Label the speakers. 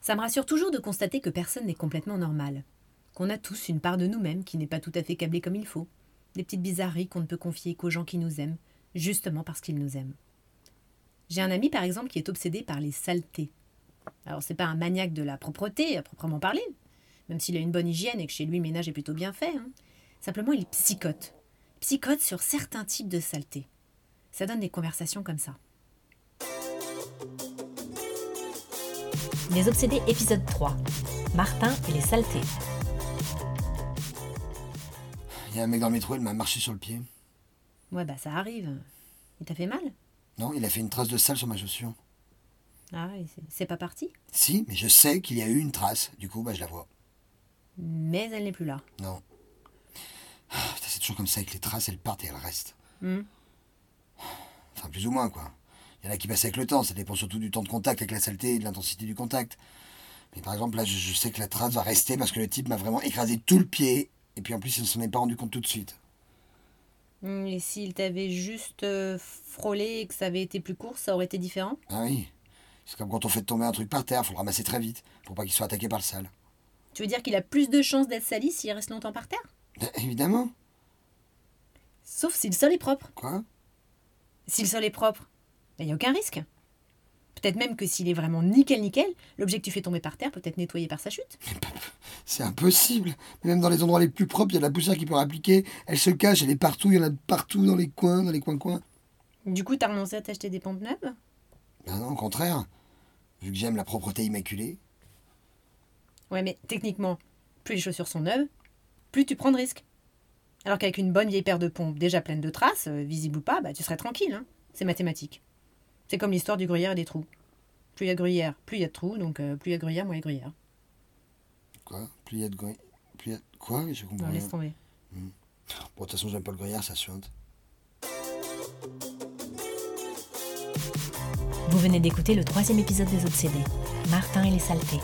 Speaker 1: Ça me rassure toujours de constater que personne n'est complètement normal, qu'on a tous une part de nous-mêmes qui n'est pas tout à fait câblée comme il faut, des petites bizarreries qu'on ne peut confier qu'aux gens qui nous aiment, justement parce qu'ils nous aiment. J'ai un ami par exemple qui est obsédé par les saletés. Alors c'est pas un maniaque de la propreté à proprement parler, même s'il a une bonne hygiène et que chez lui le ménage est plutôt bien fait. hein. Simplement il psychote, psychote sur certains types de saletés. Ça donne des conversations comme ça.
Speaker 2: Les obsédés épisode 3. Martin et les saletés.
Speaker 3: Il y a un mec dans le métro, il m'a marché sur le pied.
Speaker 1: Ouais bah ça arrive. Il t'a fait mal
Speaker 3: Non, il a fait une trace de sale sur ma chaussure.
Speaker 1: Ah et c'est- c'est pas parti
Speaker 3: Si, mais je sais qu'il y a eu une trace. Du coup, bah, je la vois.
Speaker 1: Mais elle n'est plus là.
Speaker 3: Non. Ah, putain, c'est toujours comme ça avec les traces, elles partent et elles restent.
Speaker 1: Hmm.
Speaker 3: Enfin, plus ou moins, quoi. Il y en a qui passent avec le temps, ça dépend surtout du temps de contact avec la saleté et de l'intensité du contact. Mais par exemple, là, je, je sais que la trace va rester parce que le type m'a vraiment écrasé tout le pied. Et puis en plus, il ne s'en est pas rendu compte tout de suite.
Speaker 1: Hmm, Et s'il t'avait juste euh, frôlé et que ça avait été plus court, ça aurait été différent
Speaker 3: Ah oui. C'est comme quand on fait tomber un truc par terre, faut le ramasser très vite pour pas qu'il soit attaqué par le sale.
Speaker 1: Tu veux dire qu'il a plus de chances d'être sali s'il reste longtemps par terre
Speaker 3: Ben, évidemment.
Speaker 1: Sauf si le sol est propre.
Speaker 3: Quoi
Speaker 1: Si le sol est propre, il n'y a aucun risque. Peut-être même que s'il est vraiment nickel-nickel, l'objet que tu fais tomber par terre peut être nettoyé par sa chute.
Speaker 3: C'est impossible. Mais même dans les endroits les plus propres, il y a de la poussière qui peut appliquer. Elle se cache, elle est partout, il y en a partout dans les coins, dans les coins-coins.
Speaker 1: Du coup, t'as renoncé à t'acheter des pompes neuves
Speaker 3: Ben non, au contraire. Vu que j'aime la propreté immaculée.
Speaker 1: Ouais, mais techniquement, plus les chaussures sont neuves, plus tu prends de risques. Alors qu'avec une bonne vieille paire de pompes déjà pleine de traces, euh, visibles ou pas, bah, tu serais tranquille. hein. C'est mathématique. C'est comme l'histoire du gruyère et des trous. Plus il y a de gruyère, plus il y a de trous, donc euh, plus il y a de gruyère, moins il y a de gruyère.
Speaker 3: Quoi Plus il y a de gruyère. Plus il y a de quoi Je comprends.
Speaker 1: Non,
Speaker 3: rien.
Speaker 1: laisse tomber.
Speaker 3: Bon, de toute façon, j'aime pas le gruyère, ça suinte.
Speaker 2: Vous venez d'écouter le troisième épisode des obsédés. Martin et les saletés.